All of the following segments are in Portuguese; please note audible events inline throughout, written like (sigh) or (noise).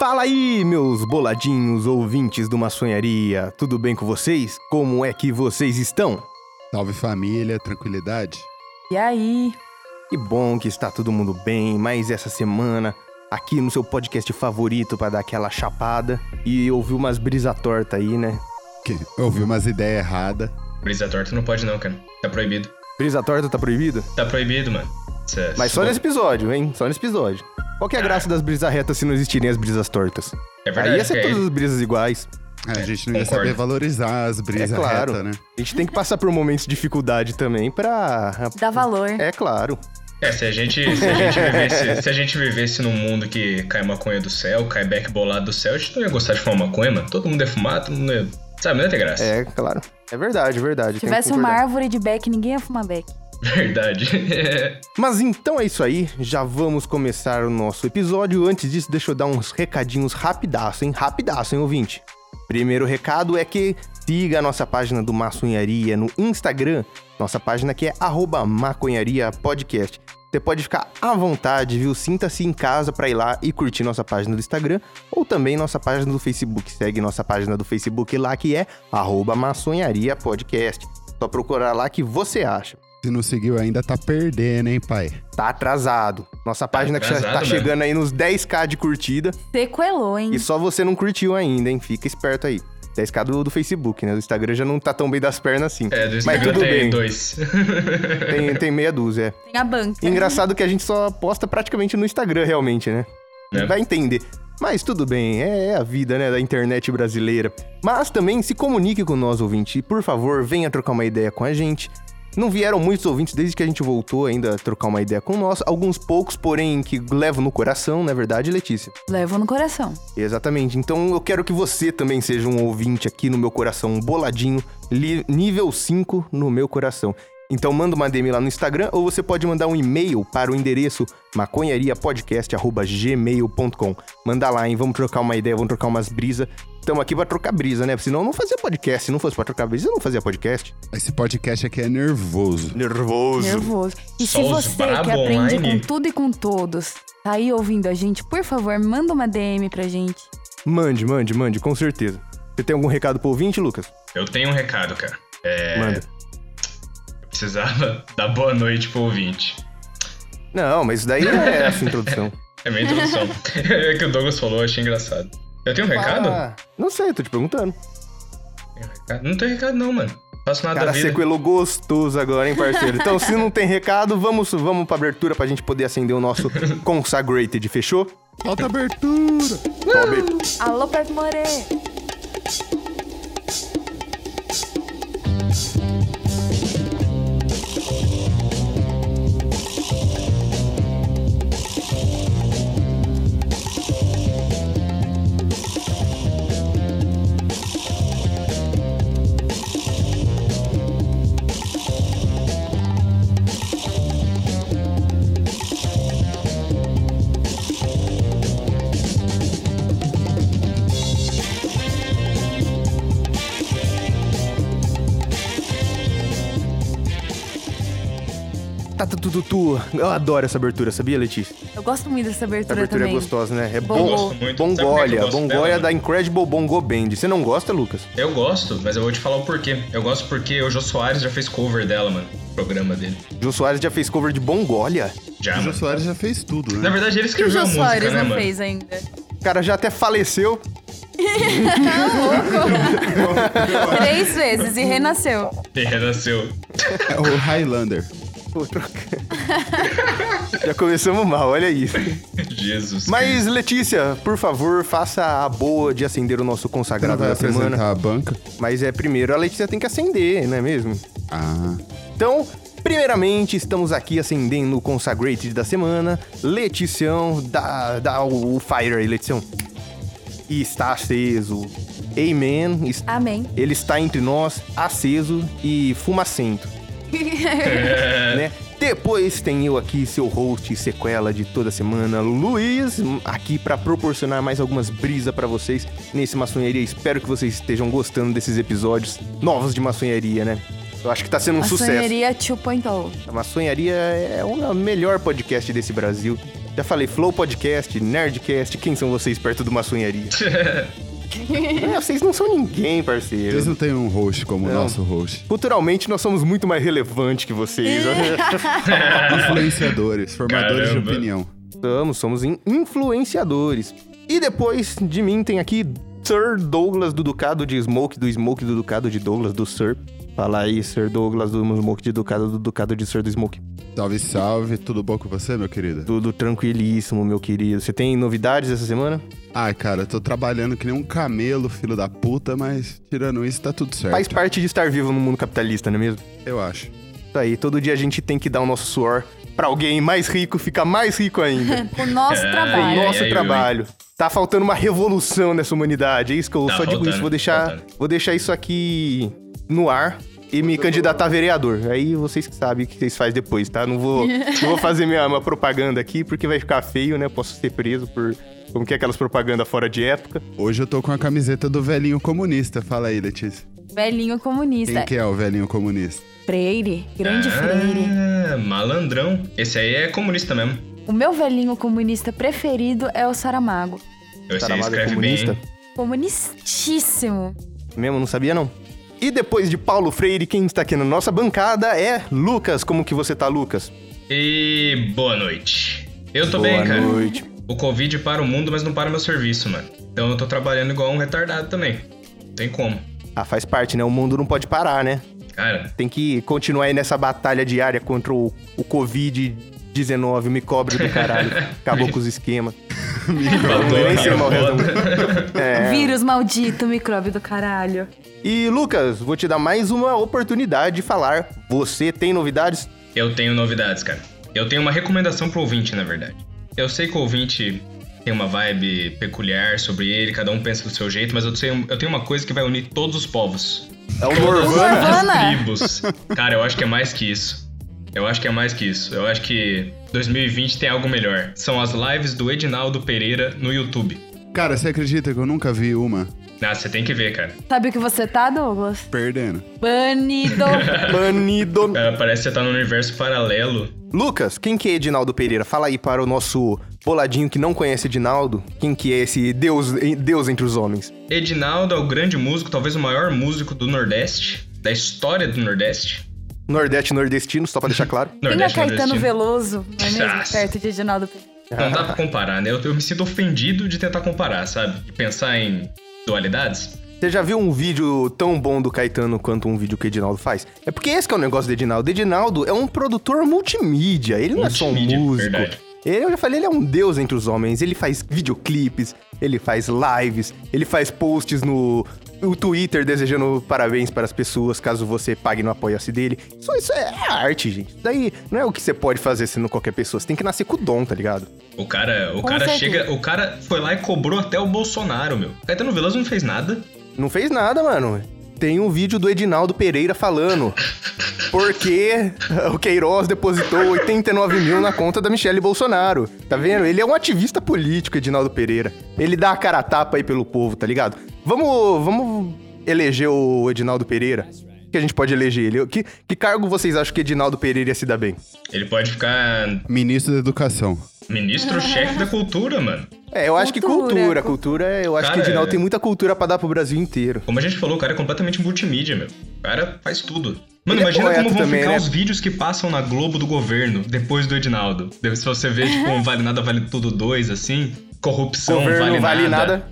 Fala aí, meus boladinhos ouvintes do Maçonharia, tudo bem com vocês? Como é que vocês estão? Salve família, tranquilidade? E aí? Que bom que está todo mundo bem, mas essa semana, aqui no seu podcast favorito para dar aquela chapada e ouvir umas brisa torta aí, né? Que ouvi umas ideias erradas. Brisa torta não pode não, cara. Tá proibido. Brisa torta tá proibido? Tá proibido, mano. Cê- Mas cê- só nesse episódio, hein? Só nesse episódio. Qual que é a graça das brisas retas se não existirem as brisas tortas? É Aí verdade, ia ser cara. todas as brisas iguais. A gente não ia concordo. saber valorizar as brisas É claro. reta, né? A gente tem que passar por momentos de dificuldade também pra. Dá valor. É claro. É, se a gente, se a gente vivesse, (laughs) se a gente vivesse num mundo que cai maconha do céu, cai back bolado do céu, a gente não ia gostar de fumar maconha, mano. Todo mundo ia fumar, todo mundo ia... Sabe, não ia ter graça. É claro. É verdade, é verdade. Se tem que tivesse um uma concordar. árvore de beck, ninguém ia fumar beck. (laughs) Verdade. (laughs) Mas então é isso aí, já vamos começar o nosso episódio. Antes disso, deixa eu dar uns recadinhos rapidaço, hein? Rapidaço, hein, ouvinte? Primeiro recado é que siga a nossa página do Maçonharia no Instagram, nossa página que é arroba maconharia podcast. Você pode ficar à vontade, viu? Sinta-se em casa pra ir lá e curtir nossa página do Instagram ou também nossa página do Facebook. Segue nossa página do Facebook lá que é arroba maçonharia podcast. Só procurar lá que você acha. Se não seguiu ainda, tá perdendo, hein, pai? Tá atrasado. Nossa página que já tá atrasado mesmo. chegando aí nos 10k de curtida. Sequelou, hein? E só você não curtiu ainda, hein? Fica esperto aí. 10k do, do Facebook, né? Do Instagram já não tá tão bem das pernas assim. É, do Mas Instagram tudo bem. tem dois. (laughs) Tem, tem meia dúzia, Tem a banca. é. Engraçado que a gente só posta praticamente no Instagram, realmente, né? É. Vai entender. Mas tudo bem, é, é a vida, né? Da internet brasileira. Mas também se comunique com nós, ouvinte. E, por favor, venha trocar uma ideia com a gente. Não vieram muitos ouvintes desde que a gente voltou ainda a trocar uma ideia com nós. Alguns poucos, porém, que levam no coração, não é verdade, Letícia? Levo no coração. Exatamente. Então eu quero que você também seja um ouvinte aqui no meu coração, um boladinho, li- nível 5 no meu coração. Então manda uma DM lá no Instagram ou você pode mandar um e-mail para o endereço maconhariapodcast@gmail.com. Manda lá, hein? Vamos trocar uma ideia, vamos trocar umas brisa. Estamos aqui para trocar brisa, né? Senão eu não fazia podcast. Se não fosse para trocar brisa, eu não fazia podcast. Esse podcast aqui é nervoso. Nervoso. Nervoso. E Só se os você que brabo aprende com online. tudo e com todos, tá aí ouvindo a gente, por favor, manda uma DM pra gente. Mande, mande, mande, com certeza. Você tem algum recado pro ouvinte, Lucas? Eu tenho um recado, cara. É, Manda. eu precisava (laughs) dar boa noite pro ouvinte. Não, mas isso daí é a sua introdução. É minha introdução. (laughs) é que o Douglas falou, eu achei engraçado. Eu tenho um recado? Ah, não sei, tô te perguntando. Tenho um recado? Não tenho recado não, mano. Não Faço nada né? Cara, da vida. sequelou gostoso agora, hein, parceiro? Então, se não tem recado, vamos, vamos pra abertura pra gente poder acender o (laughs) nosso Consagrated, fechou? Falta abertura! Pobre. Alô, Pepe More! Tá, Tatatututu. Eu adoro essa abertura, sabia, Letícia? Eu gosto muito dessa Essa abertura, abertura é também. gostosa, né? É Eu Bom- bom. gosto muito. Sabe por que que eu Bongolia, gosto dela, né? Bongolia mano? da Incredible Bongo Band. Você não gosta, Lucas? Eu gosto, mas eu vou te falar o porquê. Eu gosto porque o Jô Soares já fez cover dela, mano. no Programa dele. Jô Soares já fez cover de Bongolia. Já, O Jô mano. Soares já fez tudo, É, Na né? verdade, ele O que o escreveu Jô a música, Soares né, não mano? (laughs) fez ainda? O cara já até faleceu. Três (laughs) vezes e renasceu. E renasceu. É o Highlander. Vou trocar. já começamos mal, olha isso. (laughs) Jesus. Mas, Letícia, por favor, faça a boa de acender o nosso Você não consagrado vai da apresentar semana. a banca? Mas é primeiro a Letícia tem que acender, não é mesmo? Ah, Então, primeiramente, estamos aqui acendendo o Consagrated da semana. Leticião, dá, dá o, o fire aí, Leticião. E está aceso. Amen. Es- Amém. Ele está entre nós, aceso e fumacento, né? Depois tem eu aqui, seu host e sequela de toda semana, Luiz, aqui para proporcionar mais algumas brisas para vocês nesse maçonharia. Espero que vocês estejam gostando desses episódios novos de maçonharia, né? Eu acho que tá sendo um A sucesso. oh. sonharia 2.0. um A Maçonharia é o melhor podcast desse Brasil. Já falei, Flow Podcast, Nerdcast, quem são vocês perto de uma sonharia? É, vocês não são ninguém, parceiro. Eles não têm um host como o Não. nosso host. Culturalmente, nós somos muito mais relevantes que vocês. né? Influenciadores, formadores de Caramba. opinião. somos, somos in- influenciadores. E depois de mim tem aqui Sir Douglas do Ducado de Smoke, do Smoke do Ducado de Douglas do Sir. Fala aí, Sir Douglas do Smoke de Ducado, do Ducado de Sir do Smoke. Salve, salve. Tudo bom com você, meu querido? Tudo tranquilíssimo, meu querido. Você tem novidades essa semana? Ai, cara, eu tô trabalhando que nem um camelo, filho da puta, mas tirando isso, tá tudo certo. Faz parte de estar vivo no mundo capitalista, não é mesmo? Eu acho. Isso aí, todo dia a gente tem que dar o nosso suor pra alguém mais rico ficar mais rico ainda. O nosso É, Com o trabalho. Tá, nosso ai, trabalho. Tá faltando uma revolução nessa humanidade. É isso que eu Tá só digo faltando, isso. Vou deixar, faltando. vou deixar isso aqui no ar e me candidatar a vereador. Aí vocês que sabem o que vocês fazem depois, tá? Não (laughs) vou, não vou fazer minha, minha propaganda aqui porque vai ficar feio, né? Posso ser preso por como que é aquelas propagandas fora de época. Hoje eu tô com a camiseta do velhinho comunista. Fala aí, Letícia. Velhinho comunista. Quem que é o velhinho comunista? Freire. Grande É. Freire. Ah, malandrão. Esse aí é comunista mesmo. O meu velhinho comunista preferido é o Saramago. Esse aí Saramago é escreve bem. comunista. hein? Comunistíssimo. Mesmo, não sabia não. E depois de Paulo Freire, quem está aqui na nossa bancada é Lucas. Como que você tá, Lucas? E boa noite. Eu tô Boa bem, cara. noite. O Covid para o mundo, mas não para o meu serviço, mano. Então eu tô trabalhando igual um retardado também. Não Tem como. Ah, faz parte, né? O mundo não pode parar, né? (laughs) Cara, Tem que continuar aí nessa batalha diária contra o, o Covid-19. Me cobre do caralho. Acabou com os esquemas. bateu nem sei a mal o resto do (laughs) foda. Vírus maldito, micróbio do caralho. E, Lucas, vou te dar mais uma oportunidade de falar. Você tem novidades? Eu tenho novidades, cara. Eu tenho uma recomendação pro ouvinte, na verdade. Eu sei que o ouvinte tem uma vibe peculiar sobre ele, cada um pensa do seu jeito, mas eu tenho, eu tenho uma coisa que vai unir todos os povos. É o Morvan. Morvan. Ana! Tribos. Cara, eu acho que é mais que isso. Eu acho que é mais que isso. Eu acho que 2020 tem algo melhor. São as lives do Edinaldo Pereira no YouTube. Cara, você acredita que eu nunca vi uma Ah, você tem que ver, cara. Sabe o que você tá, Douglas? perdendo? (laughs) Banido. Banido. Ah, parece que você tá num universo paralelo. Lucas, quem que é Edinaldo Pereira? Fala aí para o nosso boladinho que não conhece Edinaldo. Quem que é esse deus, deus entre os homens? Edinaldo é o grande músico, talvez o maior músico do Nordeste, da história do Nordeste. Nordeste nordestino, só pra deixar claro. Quem é Nordeste Caetano nordestino. Veloso, não é mesmo? Nossa. Perto de Edinaldo Pereira. Não dá pra comparar, né? Eu, eu me sinto ofendido de tentar comparar, sabe? De pensar em dualidades. Você já viu um vídeo tão bom do Caetano quanto um vídeo que o Edinaldo faz? É porque esse que é o negócio do Edinaldo. Edinaldo é um produtor multimídia, ele não é Multimídia, só um músico. verdade. Ele, eu já falei, ele é um deus entre os homens. Ele faz videoclipes, ele faz lives, ele faz posts no, no Twitter desejando parabéns para as pessoas, caso você pague no apoia-se dele. Isso, isso é arte, gente. Daí não é o que você pode fazer sendo qualquer pessoa. Você tem que nascer com o dom, tá ligado? O cara, o Com cara certeza. chega, o cara foi lá e cobrou até o Bolsonaro, meu. Caetano Veloso não fez nada. Não fez nada, mano. Tem um vídeo do Edinaldo Pereira falando porque o Queiroz depositou 89 mil na conta da Michelle Bolsonaro. Tá vendo? Ele é um ativista político, Edinaldo Pereira. Ele dá a cara a tapa aí pelo povo, tá ligado? Vamos, vamos eleger o Edinaldo Pereira? O que a gente pode eleger ele? Que, que cargo vocês acham que Edinaldo Pereira ia se dar bem? Ele pode ficar Ministro da Educação. (laughs) ministro-chefe da cultura, mano. É, eu acho que Cultura. cultura. Cultura, eu acho Cara, que Edinaldo é. tem muita cultura pra dar pro Brasil inteiro. Como a gente falou, o cara é completamente multimídia, meu. O cara faz tudo. Ele Mano, é imagina poeta como vão também, ficar né? os vídeos que passam na Globo do governo depois do Edinaldo. Deve- Se você vê, tipo, (laughs) um Vale Nada, Vale Tudo 2, assim. Corrupção, Governo vale, vale nada.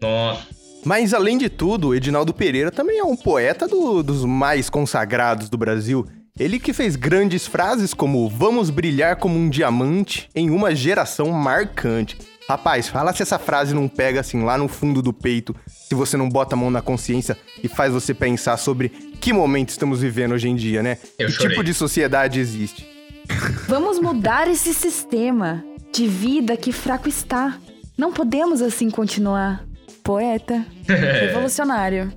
Nossa. Mas além de tudo, Edinaldo Pereira também é um poeta do- dos mais consagrados do Brasil. Ele que fez grandes frases como Vamos brilhar como um diamante em uma geração marcante. Rapaz, fala se essa frase não pega assim lá no fundo do peito, se você não bota a mão na consciência e faz você pensar sobre que momento estamos vivendo hoje em dia, né? Eu que chorei. tipo de sociedade existe? Vamos mudar esse sistema de vida que fraco está. Não podemos assim continuar. (laughs) Poeta, É. revolucionário.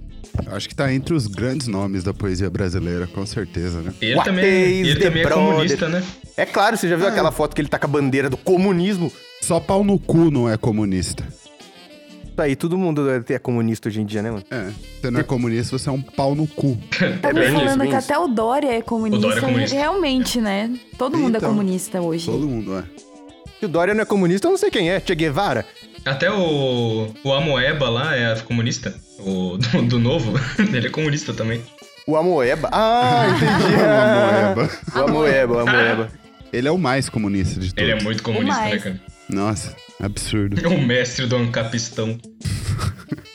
Acho que tá entre os grandes nomes da poesia brasileira, com certeza, né? Ele What também, is ele the também é brother? comunista, né? É claro, você já viu aquela foto que ele tá com a bandeira do comunismo? Só pau no cu não é comunista. Isso aí, todo mundo é- é comunista hoje em dia, né, mano? É. Você não é comunista, você é um pau no cu. Estavam bem isso, Tá falando bem que isso. até o Dória é comunista. O Dória é comunista. Realmente, né? Todo mundo é Então, comunista hoje. (laughs) Todo mundo é. Deixa Se o Dória não é comunista, eu não sei quem é. Che Guevara. Até o, o Amoeba lá é comunista. O do, do novo, (laughs) ele é comunista também. O Amoeba. Ah, entendi. o Amoeba. O Amoeba, o Amoeba. Ele é o mais comunista de todos. Ele é muito comunista, né, mais. cara? Nossa, absurdo. É o mestre do ancapistão. (laughs)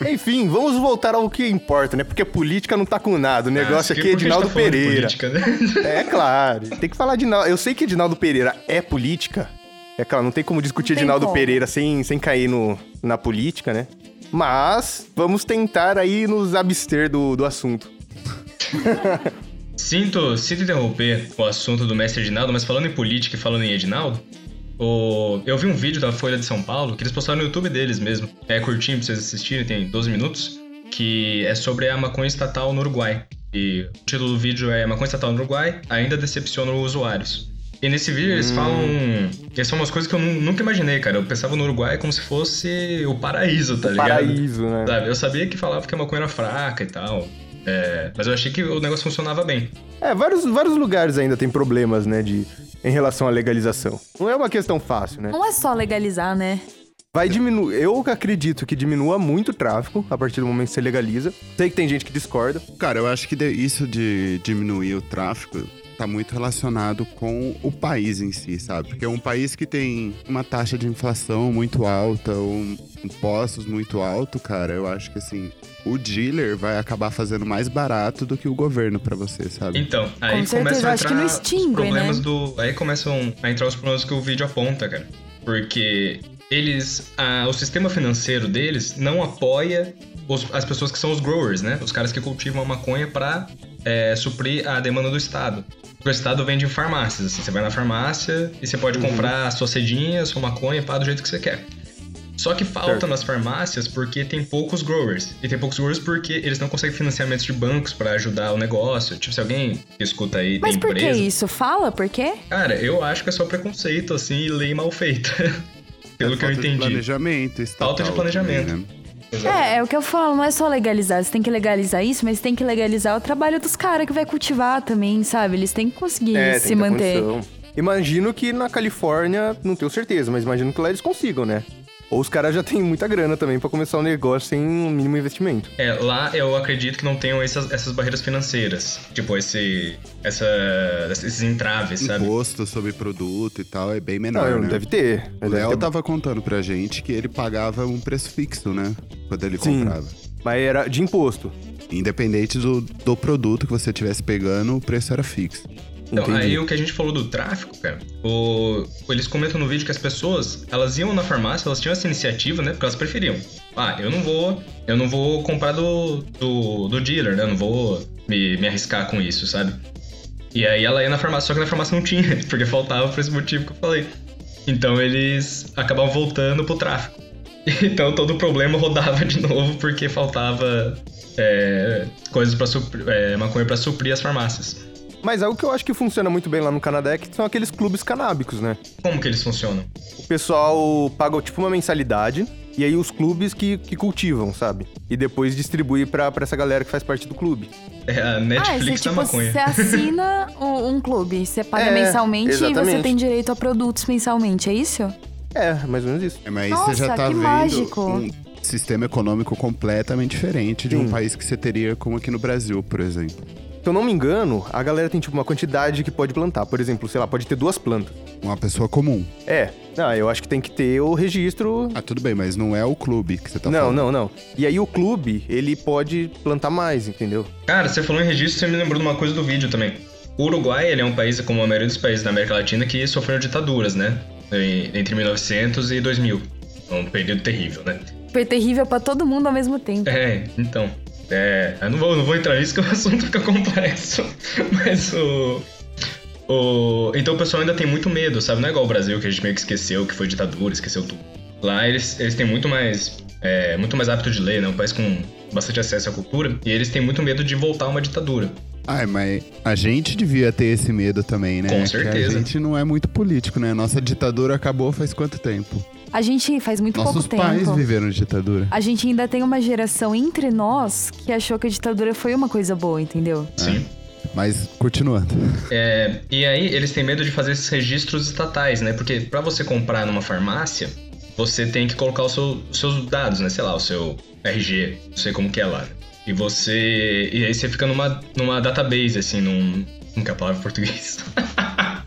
Enfim, vamos voltar ao que importa, né? Porque política não tá com nada. O negócio Ah, aqui é porque a gente Edinaldo tá falando de Pereira. política, né? (laughs) É claro, tem que falar de Edinaldo. Eu sei que Edinaldo Pereira é política. É claro, não tem como discutir Não tem Edinaldo como. Pereira sem, sem cair no, na política, né? Mas vamos tentar aí nos abster do, do assunto. Sinto, sinto interromper o assunto do mestre Edinaldo, mas falando em política e falando em Edinaldo, o- eu vi um vídeo da Folha de São Paulo que eles postaram no YouTube deles mesmo. É curtinho pra vocês assistirem, tem 12 minutos. Que é sobre a maconha estatal no Uruguai. E o título do vídeo é Maconha Estatal no Uruguai ainda decepciona os usuários. E nesse vídeo eles falam. Eles falam umas coisas que eu nu- nunca imaginei, cara. Eu pensava no Uruguai como se fosse o paraíso, tá ligado? Paraíso, né? Sabe, eu sabia que falava que a maconha era fraca e tal. é, mas eu achei que o negócio funcionava bem. É, vários, vários lugares ainda tem problemas, né, de, em relação à legalização. Não é uma questão fácil, né? Não é só legalizar, né? Vai diminuir. Eu acredito que diminua muito o tráfico a partir do momento que você legaliza. Sei que tem gente que discorda. Cara, eu acho que de- isso de diminuir o tráfico tá muito relacionado com o país em si, sabe? Porque é um país que tem uma taxa de inflação muito alta, um impostos muito alto, cara. Eu acho que assim, o dealer vai acabar fazendo mais barato do que o governo pra você, sabe? Então, aí certeza, começam a acho que entrar não os extingue, problemas né? do. Aí começam a entrar os problemas que o vídeo aponta, cara. Porque eles. a- o sistema financeiro deles não apoia os- as pessoas que são os growers, né? Os caras que cultivam a maconha pra é, suprir a demanda do Estado. O Estado vende em farmácias, assim, você vai na farmácia e você pode comprar a sua cedinha, a sua maconha, pá, do jeito que você quer. Só que falta Certo. nas farmácias porque tem poucos growers. E tem poucos growers porque eles não conseguem financiamentos de bancos pra ajudar o negócio. Tipo, se alguém que escuta aí Mas tem por que empresa. isso? Fala, por quê? Cara, eu acho que é só preconceito, assim, e lei mal feita. (laughs) Pelo É que falta eu de entendi. Planejamento, estatal Falta de planejamento. também, né? É, é o que eu falo, não é só legalizar. Você tem que legalizar isso, mas tem que legalizar o trabalho dos caras que vai cultivar também, sabe? Eles têm que conseguir É, se tem que ter manter. condição. Imagino que na Califórnia, não tenho certeza, mas imagino que lá eles consigam, né? Ou os caras já têm muita grana também pra começar um negócio sem o mínimo investimento. É, lá eu acredito que não tenham essas, essas barreiras financeiras. Tipo, esse. Essa, esses entraves, sabe? Imposto sobre produto e tal é bem Não, menor, né? deve ter. O deve Léo ter. tá- tava contando pra gente que ele pagava um preço fixo, né? Quando ele Sim. comprava. Mas era de imposto. Independente do, do produto que você estivesse pegando, o preço era fixo. Então, Entendi. aí o que a gente falou do tráfico, cara, o- eles comentam no vídeo que as pessoas, elas iam na farmácia, elas tinham essa iniciativa, né? Porque elas preferiam. Ah, eu não vou, eu não vou comprar do, do, do dealer, né? Eu não vou me, me arriscar com isso, sabe? E aí ela ia na farmácia, só que na farmácia não tinha, (laughs) porque faltava por esse motivo que eu falei. Então eles acabavam voltando pro tráfico. (laughs) Então todo o problema rodava de novo porque faltava é, coisas para suprir, é, maconha pra suprir as farmácias. Mas é algo que eu acho que funciona muito bem lá no Canadá é que são aqueles clubes canábicos, né? Como que eles funcionam? O pessoal paga tipo uma mensalidade e aí os clubes que, que cultivam, sabe? E depois distribui pra, pra essa galera que faz parte do clube. É a Ah, você, Netflix da tipo, maconha. você assina o- um clube, você paga tá É, mensalmente e exatamente. você tem direito a produtos mensalmente, é isso? É, mais ou menos isso. É, mas Nossa, você já tá que vendo mágico. um sistema econômico completamente diferente de um Sim. país que você teria como aqui no Brasil, por exemplo. Se eu não me engano, a galera tem tipo uma quantidade que pode plantar. Por exemplo, sei lá, pode ter duas plantas. Uma pessoa comum. É. Ah, eu acho que tem que ter o registro. Ah, tudo bem, mas não é o clube que você tá não, falando. não, não. E aí o clube, ele pode plantar mais, entendeu? é- Cara, você falou em registro, você me lembrou de uma coisa do vídeo também. O Uruguai, ele é um país, como a maioria dos países da América Latina, que sofreu ditaduras, né? Em- Entre 1900 e 2000. Um período terrível, né? Foi terrível pra todo mundo ao mesmo tempo. É, então. É, eu não vou, não vou entrar nisso que o (laughs) assunto fica complexo. Mas o. o- então o pessoal ainda tem muito medo, sabe? Não é igual o Brasil, que a gente meio que esqueceu que foi ditadura, esqueceu tudo. Lá eles, eles têm muito mais. É, muito mais hábito de ler, né? Um país com bastante acesso à cultura. E eles têm muito medo de voltar a uma ditadura. Ai, Ah, mas a gente devia ter esse medo também, né? Com Que certeza. a gente não é muito político, né? Nossa ditadura acabou faz quanto tempo? A gente faz muito Nossos pouco pais tempo. viveram de ditadura. A gente ainda tem uma geração entre nós que achou que a ditadura foi uma coisa boa, entendeu? Sim. Mas (laughs) continuando. É, e aí eles têm medo de fazer esses registros estatais, né? Porque pra você comprar numa farmácia, você tem que colocar os seu- os seus dados, né? Sei lá, o seu RG, não sei como que é lá. né? E você. E aí você fica numa, numa database, assim, num. Como que é a palavra em português? (laughs)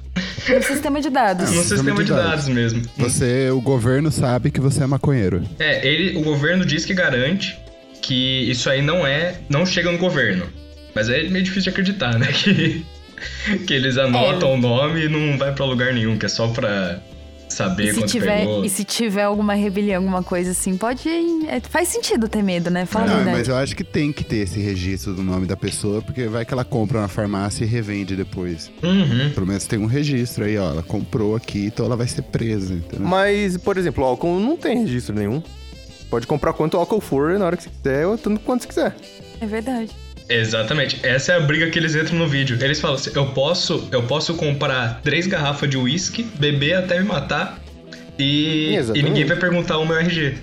Um sistema de dados. num É, sistema sistema de de dados mesmo. Você, o governo sabe que você é maconheiro. É, ele, o governo diz que garante que isso aí não é, não chega no governo. Mas é meio difícil de acreditar, né? (laughs) Que, que eles anotam o nome e não vai pra lugar nenhum, que é só pra saber E se, quanto tiver, pegou. e se tiver alguma rebelião, alguma coisa assim, pode. é, faz sentido ter medo, né? Fala a Não, verdade. mas eu acho que tem que ter esse registro do nome da pessoa, porque vai que ela compra na farmácia e revende depois. Uhum. Pelo menos tem um registro aí, ó. Ela comprou aqui, então ela vai ser presa, entendeu? Mas, por exemplo, o álcool não tem registro nenhum. Pode comprar quanto álcool for na hora que você quiser ou tanto quanto você quiser. É verdade. Exatamente. Essa é a briga que eles entram no vídeo. Eles falam assim: eu posso, eu posso comprar três garrafas de uísque, beber até me matar. E, e Exatamente. ninguém vai perguntar o meu RG.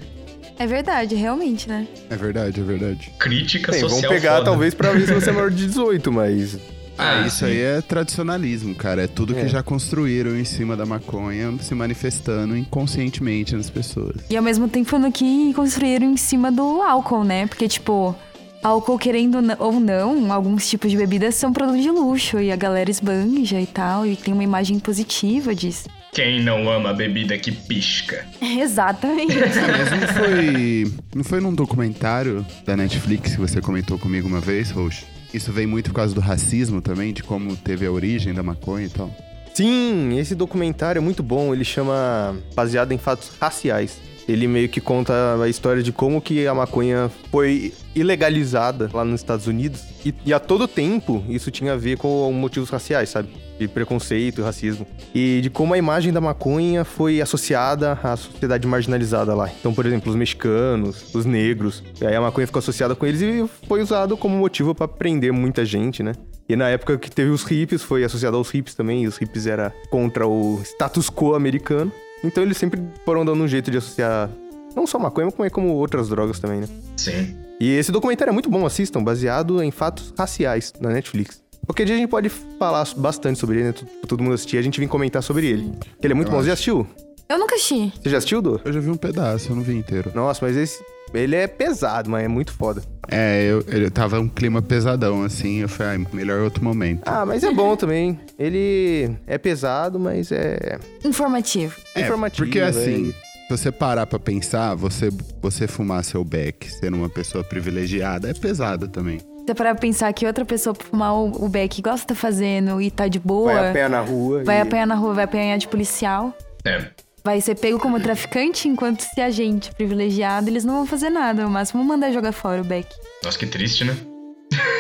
É verdade, realmente, né? É verdade, é verdade. Crítica Bem, vão social. pegar foda. talvez pra (laughs) ver se você é maior de 18, mas. Ah, Ah, isso sim. aí é tradicionalismo, cara. É tudo que É. já construíram em cima da maconha, se manifestando inconscientemente nas pessoas. E ao mesmo tempo no que construíram em cima do álcool, né? Porque, tipo, álcool querendo n- ou não, alguns tipos de bebidas são produto de luxo e a galera esbanja e tal, e tem uma imagem positiva disso. Quem não ama a bebida que pisca? Exatamente. É, Mas não foi, não foi num documentário da Netflix que você comentou comigo uma vez, Roxo? Isso vem muito por causa do racismo também, de como teve a origem da maconha e tal. Sim, esse documentário é muito bom. Ele chama Baseado em Fatos Raciais. Ele meio que conta a história de como que a maconha foi ilegalizada lá nos Estados Unidos. E, e a todo tempo isso tinha a ver com motivos raciais, sabe? De preconceito, racismo. E de como a imagem da maconha foi associada à sociedade marginalizada lá. Então, por exemplo, os mexicanos, os negros. E aí a maconha ficou associada com eles e foi usado como motivo pra prender muita gente, né? E na época que teve os hippies, foi associado aos hippies também, e os hippies era contra o status quo americano. Então eles sempre foram dando um jeito de associar não só maconha, mas como outras drogas também, né? Sim. E esse documentário é muito bom, assistam, baseado em fatos raciais na Netflix. Qualquer dia a gente pode falar bastante sobre ele, né? T- Todo mundo assistir, a gente vem comentar sobre ele. Ele é muito Eu bom. acho. Você já assistiu? Eu nunca achei. Você já assistiu, Du? Eu já vi um pedaço, eu não vi inteiro. Nossa, mas esse. Ele é pesado, mas é muito foda. É, eu, eu tava um clima pesadão, assim. Eu falei, ah, melhor outro momento. Ah, mas é bom também. Ele é pesado, mas é Informativo. É, informativo. Porque é- assim, se você parar pra pensar, você, você fumar seu beck sendo uma pessoa privilegiada é pesado também. Você para pensar que outra pessoa pra fumar o, o beck gosta tá fazendo e tá de boa, Vai a pé na rua. vai e- apanhar na rua, vai apanhar de policial, É. vai ser pego como traficante, enquanto se a gente privilegiado, eles não vão fazer nada. No máximo, vão mandar jogar fora o beck. Nossa, que triste, né?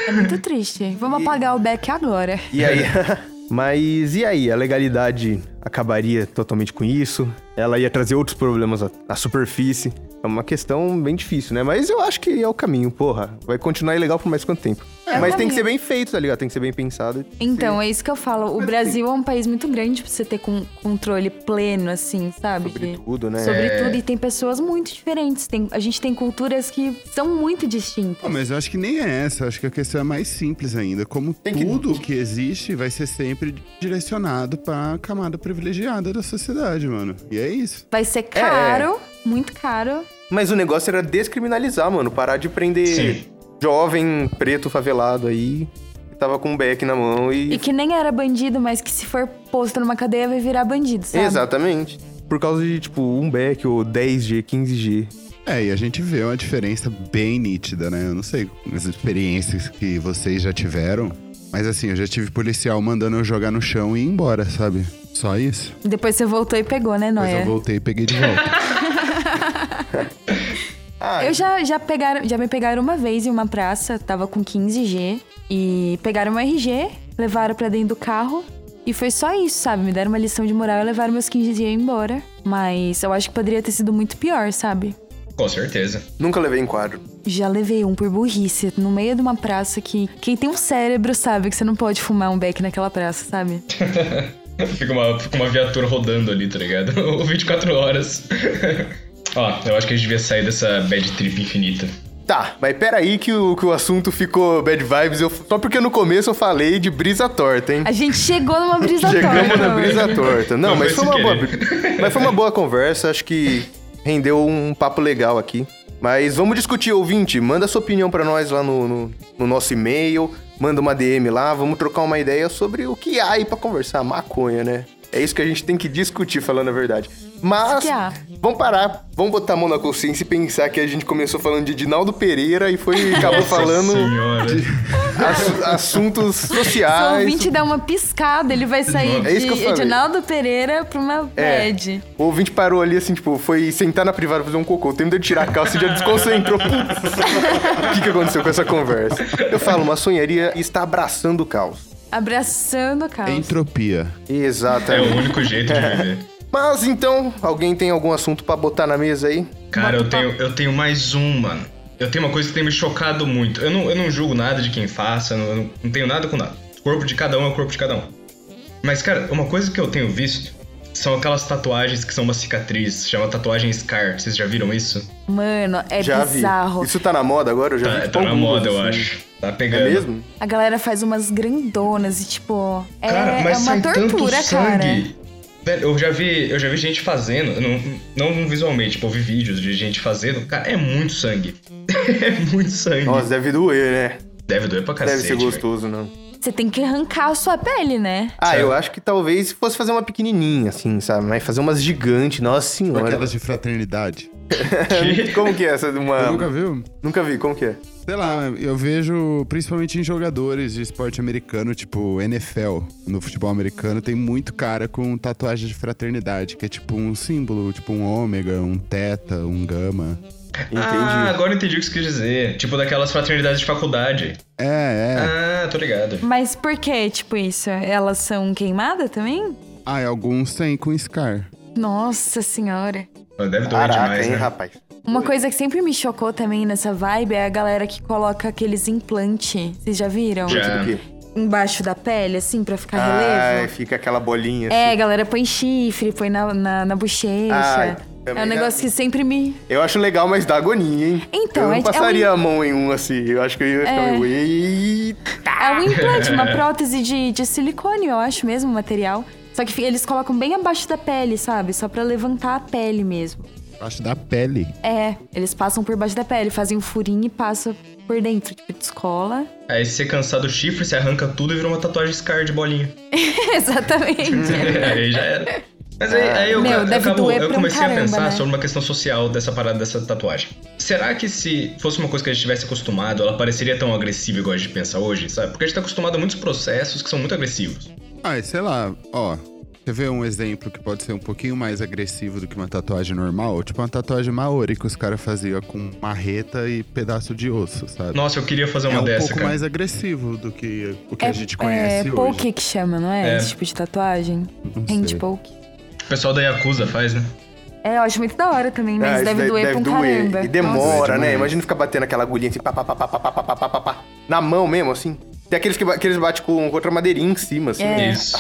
É muito triste. Vamos apagar o beck agora. E aí? (laughs) Mas e aí? A legalidade acabaria totalmente com isso? Ela ia trazer outros problemas à, à superfície? É uma questão bem difícil, né? Mas eu acho que é o caminho, porra. Vai continuar ilegal por mais quanto tempo. É o Mas tem caminho. que ser bem feito, tá ligado? Tem que ser bem pensado. Então, é isso que eu falo. O Brasil é um país muito grande pra você ter com controle pleno, assim, sabe? Sobre De- tudo, né? sobre tudo. E tem pessoas muito diferentes. Tem, a gente tem culturas que são muito distintas. Pô, mas eu acho que nem é essa. Eu acho que a questão é mais simples ainda. Como que- tudo que existe vai ser sempre direcionado pra camada privilegiada da sociedade, mano. E é isso. Vai ser caro, muito caro. Mas o negócio era descriminalizar, mano. Parar de prender Sim. jovem preto favelado aí. Que tava com um beck na mão e... E que nem era bandido, mas que se for posto numa cadeia vai virar bandido, sabe? Exatamente. Por causa de, tipo, um beck ou 10G, 15G. É, e a gente vê uma diferença bem nítida, né? Eu não sei as experiências que vocês já tiveram, mas assim, eu já tive policial mandando eu jogar no chão e ir embora, sabe? Só isso. Depois você voltou e pegou, né, Mas Noia? eu voltei e peguei de volta. Ah, Eu já, já, pegaram, já me pegaram uma vez em uma praça, tava com 15G, e pegaram meu RG, levaram pra dentro do carro, e foi só isso, sabe? Me deram uma lição de moral e levaram meus 15G embora. Mas eu acho que poderia ter sido muito pior, sabe? Com certeza. nunca levei em quadro. Já levei um por burrice, no meio de uma praça que quem tem um cérebro sabe que você não pode fumar um beck naquela praça, sabe? Fica uma, fica uma viatura rodando ali, tá ligado? (laughs) Ou 24 horas. Ó, eu acho que a gente devia sair dessa bad trip infinita. Tá, mas peraí que o, que o assunto ficou bad vibes. Eu, só porque no começo eu falei de brisa torta, hein? A gente chegou numa brisa Chegamos torta. na brisa torta. Não, Não mas foi, foi uma sem boa, querer. bri- mas foi uma boa conversa. Acho que rendeu um papo legal aqui. Mas vamos discutir, ouvinte. Manda sua opinião pra nós lá no, no- no nosso e-mail. Manda uma DM lá. Vamos trocar uma ideia sobre o que há aí pra conversar. Maconha, né? É isso que a gente tem que discutir, falando a verdade. Mas que há. vamos parar, vamos botar a mão na consciência e pensar que a gente começou falando de Dinaldo Pereira e foi acabou falando Senhora. ass- assuntos Se o sociais. ouvinte der uma piscada, ele vai sair Ah, É isso que eu de falei. Edinaldo Pereira pra uma É. bad. O ouvinte parou ali, assim, tipo, foi sentar na privada fazer um cocô. Tem de eu tirar a calça e já desconcentrou. Putz. o que, que aconteceu com essa conversa? Eu falo, maçonharia está abraçando o caos. Abraçando o caos. Entropia. É o Exatamente. único jeito de viver. Mas então, alguém tem algum assunto pra botar na mesa aí? Cara, eu tenho, eu tenho mais um, mano. Eu tenho uma coisa que tem me chocado muito. Eu não, eu não julgo nada de quem faça, eu não, eu não- não tenho nada com nada. O corpo de cada um é o corpo de cada um. Mas, cara, uma coisa que eu tenho visto são aquelas tatuagens que são uma cicatriz, chama tatuagem Scar. Vocês já viram isso? Mano, é já bizarro. vi. Isso tá na moda agora? Eu já vi. Tá, tipo, tá na algumas, moda, eu assim. acho. Tá pegando. É mesmo? A galera faz umas grandonas e, tipo, é, Cara, mas é sai uma tortura, tanto sangue. cara. Velho, eu já vi, eu já vi gente fazendo, eu não, não visualmente, tipo, eu vi vídeos de gente fazendo. Cara, é muito sangue. (laughs) é muito sangue. Nossa, deve doer, né? Deve doer pra Deve cacete. ser velho. Tá. gostoso, não. Você tem que arrancar a sua pele, né? Ah, Sério? eu acho que talvez fosse fazer uma pequenininha, assim, sabe? Mas fazer umas gigantes, nossa senhora. Aquelas de fraternidade. (laughs) Que- Como que é essa de uma... Eu nunca viu? Nunca vi, como que é? Sei lá, eu vejo principalmente em jogadores de esporte americano, tipo NFL. No futebol americano tem muito cara com tatuagem de fraternidade, que é tipo um símbolo, tipo um ômega, um teta, um gama. Entendi. Ah, agora eu entendi o que você quis dizer. Tipo daquelas fraternidades de faculdade. É, é. Ah, tô ligado. Mas por que, tipo, isso? Elas são queimadas também? Ah, e alguns têm com Scar. Nossa senhora. Mas Deve doer Caraca, demais, hein, né? rapaz. Uma coisa que sempre me chocou também nessa vibe é a galera que coloca aqueles implante. Vocês já viram? Já. Tipo o quê? Embaixo da pele, assim, pra ficar Ai, relevo. fica aquela bolinha. É, assim. a galera põe chifre, põe na, na, na Ai, bochecha. também é um negócio já- que sempre me. Eu acho legal, mas dá agonia, hein? Então, eu é- não é um- passaria a mão em um assim. Eu acho que eu ia ficar É. meio. "Ei". É um implante, uma prótese de, de silicone, eu acho mesmo, o material. Só que fi- eles colocam bem abaixo da pele, sabe? Só pra levantar a pele mesmo. Acho da pele. É, eles passam por baixo da pele, fazem um furinho e passam por dentro, tipo, descola. (laughs) Aí se você cansar do chifre, você arranca tudo e vira uma tatuagem Scar de bolinha. Exatamente. É, aí já era. Mas aí, aí eu, Meu, eu, deve acabo- doer eu pra um comecei caramba, a pensar né? sobre uma questão social dessa parada, dessa tatuagem. Será que se fosse uma coisa que a gente tivesse acostumado, ela pareceria tão agressiva igual a gente pensa hoje, sabe? Porque a gente tá acostumado a muitos processos que são muito agressivos. Ah, e sei lá, ó. Quer ver um exemplo que pode ser um pouquinho mais agressivo do que uma tatuagem normal? Tipo uma tatuagem maori que os caras faziam com marreta e pedaço de osso, sabe? Nossa, eu queria fazer é uma um dessa, pouco cara. mais agressivo do que o que a gente conhece hoje. é, poke que chama, não é? É. Esse tipo de tatuagem. Não sei. Hand poke. O pessoal da Yakuza faz, né? É, eu acho muito da hora também, Ah, mas isso deve daí doer pra um caramba. E demora, Nossa. né? Imagina ficar batendo aquela agulhinha assim, pá, pá, pá, pá, pá, pá, pá, pá, pá, pá, na mão mesmo, assim. Tem aqueles que, ba- que eles batem com outra madeirinha em cima, assim. É. Isso.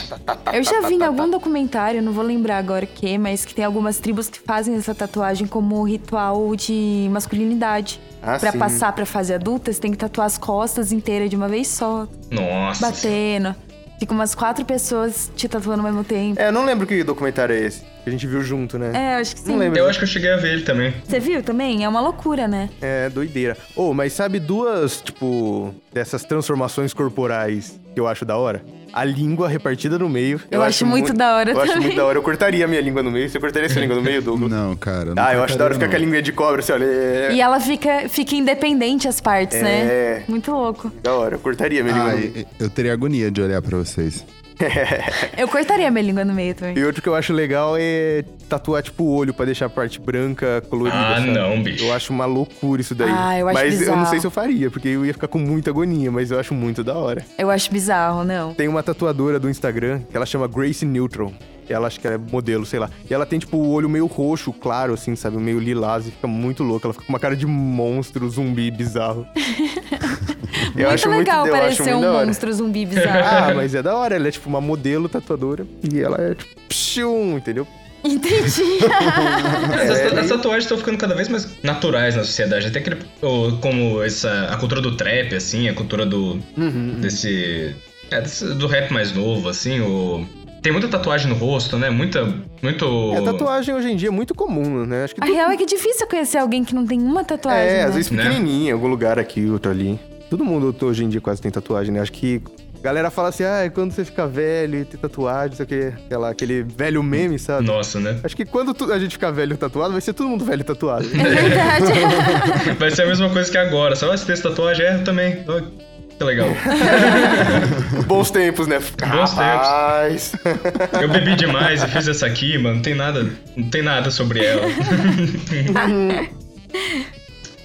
Eu já (laughs) vi em algum documentário, não vou lembrar agora o que, mas que tem algumas tribos que fazem essa tatuagem como um ritual de masculinidade. Ah, Pra sim. passar pra fase adulta, você tem que tatuar as costas inteiras de uma vez só, Nossa. batendo. Fica umas quatro pessoas te tatuando ao mesmo tempo. É, eu não lembro que documentário é esse. Que a gente viu junto, né? É, acho que sim. não lembro. Eu acho que eu cheguei a ver ele também. Você viu também? É uma loucura, né? É, doideira. Ô, mas sabe duas, tipo, dessas transformações corporais que eu acho da hora? A língua repartida no meio. Eu acho muito da hora eu acho também. muito da hora. Eu cortaria a minha língua no meio. Você cortaria sua língua no meio, Douglas? Não, cara. não Ah, eu acho da hora ficar não. com a língua de cobra, assim, olha. É, E ela fica, fica independente as partes, É. né? Muito louco. Da hora, eu cortaria a minha língua no meio. Ai, eu teria agonia de olhar pra vocês. Eu cortaria minha língua no meio também. E outro que eu acho legal é tatuar, tipo, o olho pra deixar a parte branca, colorida. Ah, sabe? não, bicho. Eu acho uma loucura isso daí. Ah, eu acho Mas eu não bizarro. sei se eu faria, porque eu ia ficar com muita agonia, mas eu acho muito da hora. Eu acho bizarro, não. Tem uma tatuadora do Instagram que ela chama Grace Neutral. Ela acho que ela é modelo, sei lá. E ela tem, tipo, o olho meio roxo, claro, assim, sabe? Meio lilás e fica muito louca. Ela fica com uma cara de monstro, zumbi (laughs) bizarro. eu muito acho legal muito, eu acho parecer muito um da hora. monstro zumbi bizarro. Ah, mas é da hora. Ela é, tipo, uma modelo tatuadora. E ela é, tipo, psiu, entendeu? (laughs) (laughs) Entendi. É, Essas, as tatuagens estão ficando cada vez mais naturais na sociedade. né? Até que como essa a cultura do trap assim, a cultura Uhum, do desse, é, desse- do rap mais novo assim, o tem muita tatuagem no rosto, né? Muita muito É, tatuagem hoje em dia é muito comum, né? Acho que A tudo- real é que é difícil conhecer alguém que não tem uma tatuagem. É, né? às vezes Né? pequenininha, em algum lugar aqui, outro ali. Todo mundo hoje em dia quase tem tatuagem, né? Acho que a galera fala assim, ah, quando você fica velho e tem tatuagem, sei o quê. Sei lá, aquele velho meme, sabe? Nossa, né? (laughs) Acho que quando tu- a gente ficar velho tatuado, vai ser todo mundo velho tatuado. (laughs) É verdade. (laughs) Vai ser a mesma coisa que agora. Sabe, ah, você tem essa tatuagem? É, eu também. Ó, Que legal. Bons tempos, né? tempos. (laughs) Rapaz. Eu bebi demais e fiz essa aqui, mano. Não tem nada, não tem nada sobre ela.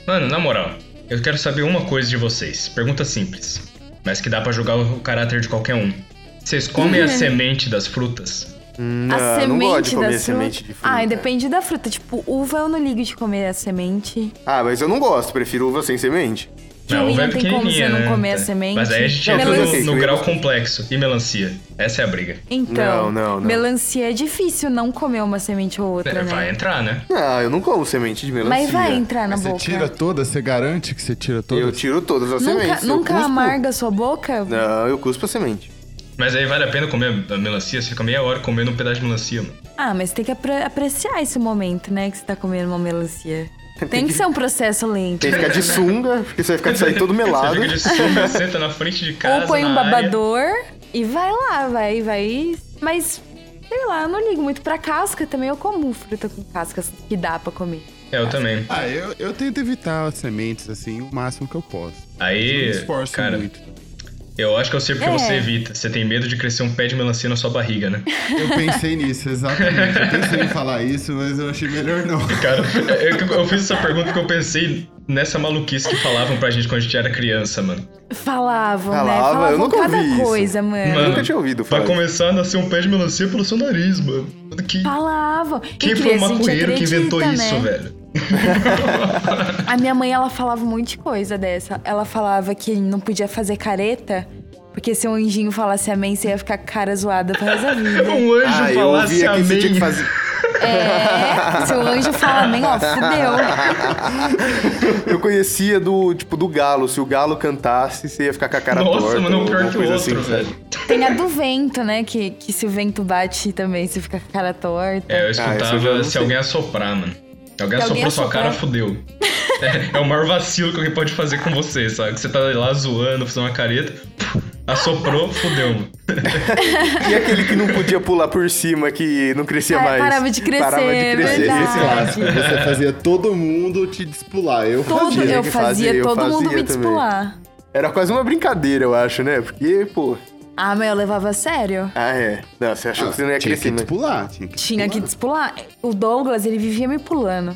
mano, na moral, eu quero saber uma coisa de vocês. Pergunta simples, mas que dá pra julgar o caráter de qualquer um. Vocês comem (laughs) a semente das frutas? Não, a semente Ah, não gosto de da comer fruta. semente de fruta. Ah, depende da fruta. Tipo, uva eu não ligo de comer a semente. Ah, mas eu não gosto, prefiro uva sem semente. Kiwi uva é não tem como você pequenininha, não né? comer a Tá. semente. Mas aí a gente entra Melancia. no, no Melancia. grau complexo. E melancia. Essa é a briga. Não, Então, não, não. melancia é difícil não comer uma semente ou outra, É, né? Vai entrar, né? Ah, eu não como semente de melancia. Mas vai então. entrar na Mas você boca. tira toda? Você garante que você tira toda? Eu tiro todas as Nunca, sementes. eu nunca cuspo. amarga a sua boca? Não, eu cuspo a semente. Mas aí vale a pena comer a melancia? Você fica meia hora comendo um pedaço de melancia, mano. Ah, mas tem que apre- apreciar esse momento, né? Que você tá comendo (laughs) uma melancia. Tem que ser um processo lento. Tem que ficar de sunga, porque você vai ficar de sair todo melado. Você fica de sunga, senta na frente de casa. Ou põe um na área. babador e vai lá, vai, vai. Mas, sei lá, eu não ligo muito pra casca também. Eu como fruta com cascas que dá pra comer. É, eu também. Ah, eu, eu tento evitar as sementes, assim, o máximo que eu posso. Aí, Me esforço É, cara, muito. eu acho que eu sei porque É. você evita. Você tem medo de crescer um pé de melancia na sua barriga, né? Eu pensei nisso, exatamente. Eu pensei em falar isso, mas eu achei melhor não. Cara, (laughs) eu, eu fiz essa pergunta porque eu pensei nessa maluquice que falavam pra gente quando a gente era criança, mano. Falavam, né? Falava, eu Falavam nunca cada ouvi isso. coisa, mano. Eu Mano, nunca tinha ouvido Vai falar. começar a nascer um pé de melancia pelo seu nariz, mano. Que, Falavam. quem E foi o criança, a gente maconheiro que acredita, inventou isso, né? velho? A minha mãe, ela falava um monte de coisa dessa. Ela falava que não podia fazer careta, porque se um anjinho falasse amém, você ia ficar com cara zoada pro resto da (laughs) vida. né? Um anjo Ah, eu falasse ouvi aqui você tinha que amém. fazer. É, se o anjo fala amém, ó, fudeu. (laughs) Eu conhecia do, tipo, do galo. Se o galo cantasse, você ia ficar com a cara Nossa, torta. mano, é um ou pior alguma que o coisa outro, assim, sabe? velho. Tem a do vento, né? Que, que se o vento bate também, você fica com a cara torta. É, eu Ah, já escutava não se sei. alguém assoprar, mano. Se alguém Se alguém assoprou sua assoprar- cara, fudeu. É, é o maior vacilo que alguém pode fazer com você, sabe? Que você tá lá zoando, fazendo uma careta, assoprou, fudeu, mano. E aquele que não podia pular por cima, que não crescia Ah, mais. parava de crescer, Parava de é crescer. verdade. Esse clássico, você fazia todo mundo te despular. Eu Todo, fazia. eu que fazia, fazia, eu todo mundo fazia me também. despular. Era quase uma brincadeira, eu acho, né? Porque, pô. Ah, mas eu levava a sério. Ah, é. Não, você achou Ah, que você não ia tinha crescer, né? que mas. despular. Tinha que Tinha que despular. O Douglas, ele vivia me pulando.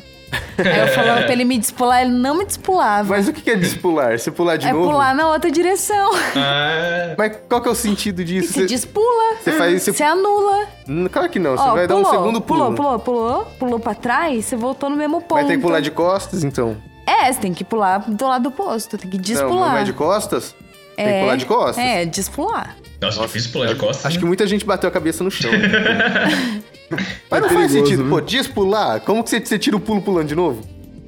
Aí eu falava pra ele me despular, ele não me despulava. Mas o que que é despular? Você pular de é novo? pular na outra direção. Ah, Mas qual que é o sentido E disso? se despula. você faz- você- Você anula. Hum, Claro que não, você Ó, vai pulou, dar um segundo pulo. Pulou, pulou, pulou. Pulou pra trás, você voltou no mesmo ponto. Vai ter que pular de costas, então. É, você tem que pular do lado oposto. Tem que despular. Não, não é de costas? Tem que pular de costas. É, despular. nossa, difícil pular de costas. Acho que né? muita gente bateu a cabeça no (laughs) chão. né? Mas não faz É perigoso, sentido. né? Pô, despular? Como que você, você tira o pulo pulando de novo?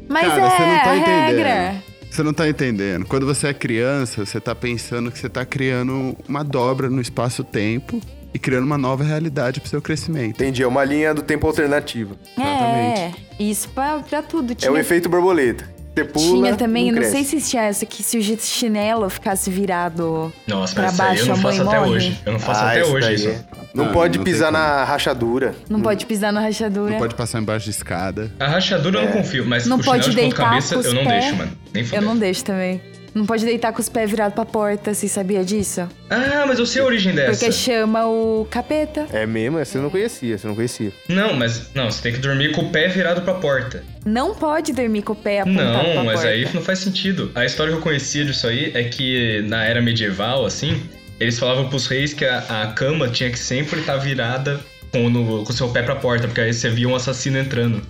Mas Cara, é você não tá a entendendo. regra. Você não tá entendendo. Quando você é criança, você tá pensando que você tá criando uma dobra no espaço-tempo e criando uma nova realidade pro seu crescimento. Entendi, é uma linha do tempo alternativa. É, Exatamente. isso pra, pra tudo. Tinha, É o efeito borboleta. Você pula, tinha também, não não, cresce. sei se tinha essa, que se o chinelo ficasse virado Nossa, pra mas isso aí baixo, eu não a mãe faço até morre. hoje. Eu não faço Ah, até isso hoje daí isso. é. Não, Não, pode não tem pisar como. na rachadura. não pode pisar na rachadura. Não pode passar embaixo de escada. A rachadura É. eu não confio, mas Não o chinelo pode de ponta deitar cabeça com os eu não pés. deixo, mano. Nem Eu fudeu. não deixo também. Não pode deitar com os pés virados pra porta, você sabia disso? Ah, mas eu sei a origem dessa. Porque chama o capeta. É mesmo? Você não conhecia, você não conhecia. Não, mas não, você tem que dormir com o pé virado pra porta. Não pode dormir com o pé apontado pra porta. Não, mas aí não faz sentido. A história que eu conhecia disso aí é que na era medieval, assim, eles falavam pros reis que tá a, a cama tinha que sempre estar virada com o com o seu pé pra porta, porque aí você via um assassino entrando.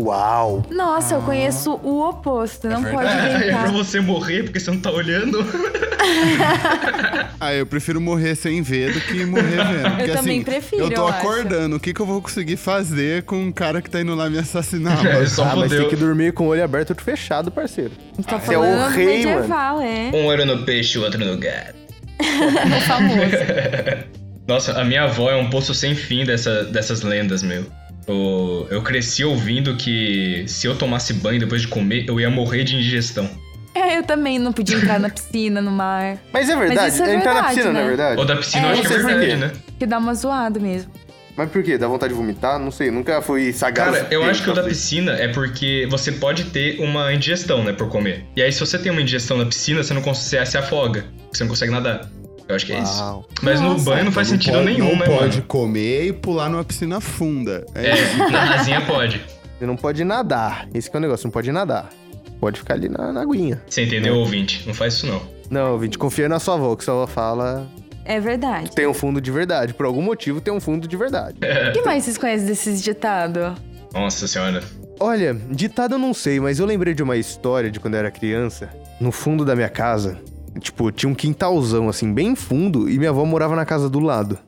Uau! Nossa, eu conheço o oposto. Não pode (laughs) É pra brincar. você morrer porque você não tá olhando. Ah, eu prefiro morrer sem ver do que morrer (laughs) vendo. Porque, também assim, prefiro, Eu tô eu acho. acordando. O que, que eu vou conseguir fazer com um cara que tá indo lá me (laughs) assassinar? mano? É, só ah, mas tem fodeu. que dormir com o olho aberto e outro fechado, parceiro. Tá Você é o falando rei, mano. medieval, é. (laughs) Um olho no peixe, o outro no gato. O (laughs) famoso. (laughs) Nossa, a minha avó é um poço sem fim dessa, dessas lendas, meu. Eu, eu cresci ouvindo que se eu tomasse banho depois de comer, eu ia morrer de indigestão. É, eu também não podia entrar na piscina, no mar. Mas é verdade, isso é entrar na verdade, piscina, né? na verdade. Ou da piscina, É, eu acho que é não sei por verdade, né? quê. Que dá uma zoada mesmo. Mas por quê? Dá vontade de vomitar? Não sei, nunca fui sagaz. Cara, eu acho que o da Não sei. piscina é porque você pode ter uma indigestão, né, por comer. E aí, se você tem uma indigestão na piscina, você não consegue, você se afoga. Você não consegue nadar. Eu acho que é isso. Uau. Mas no Nossa. banho não faz Então sentido pode- nenhum, não né, pode mano? comer e pular numa piscina funda. É, É, na rasinha pode. Você não pode nadar. Esse que é o negócio, não pode nadar. Pode ficar ali na, na aguinha. Você entendeu, ouvinte? Não faz isso, não. Não, ouvinte, confia na sua avó, que sua avó fala É verdade. tem um fundo de verdade. Por algum motivo tem um fundo de verdade. O que mais vocês conhecem desses ditado? Nossa senhora. Olha, ditado eu não sei, mas eu lembrei de uma história de quando eu era criança. No fundo da minha casa, tipo, tinha um quintalzão, assim, bem fundo, e minha avó morava na casa do lado.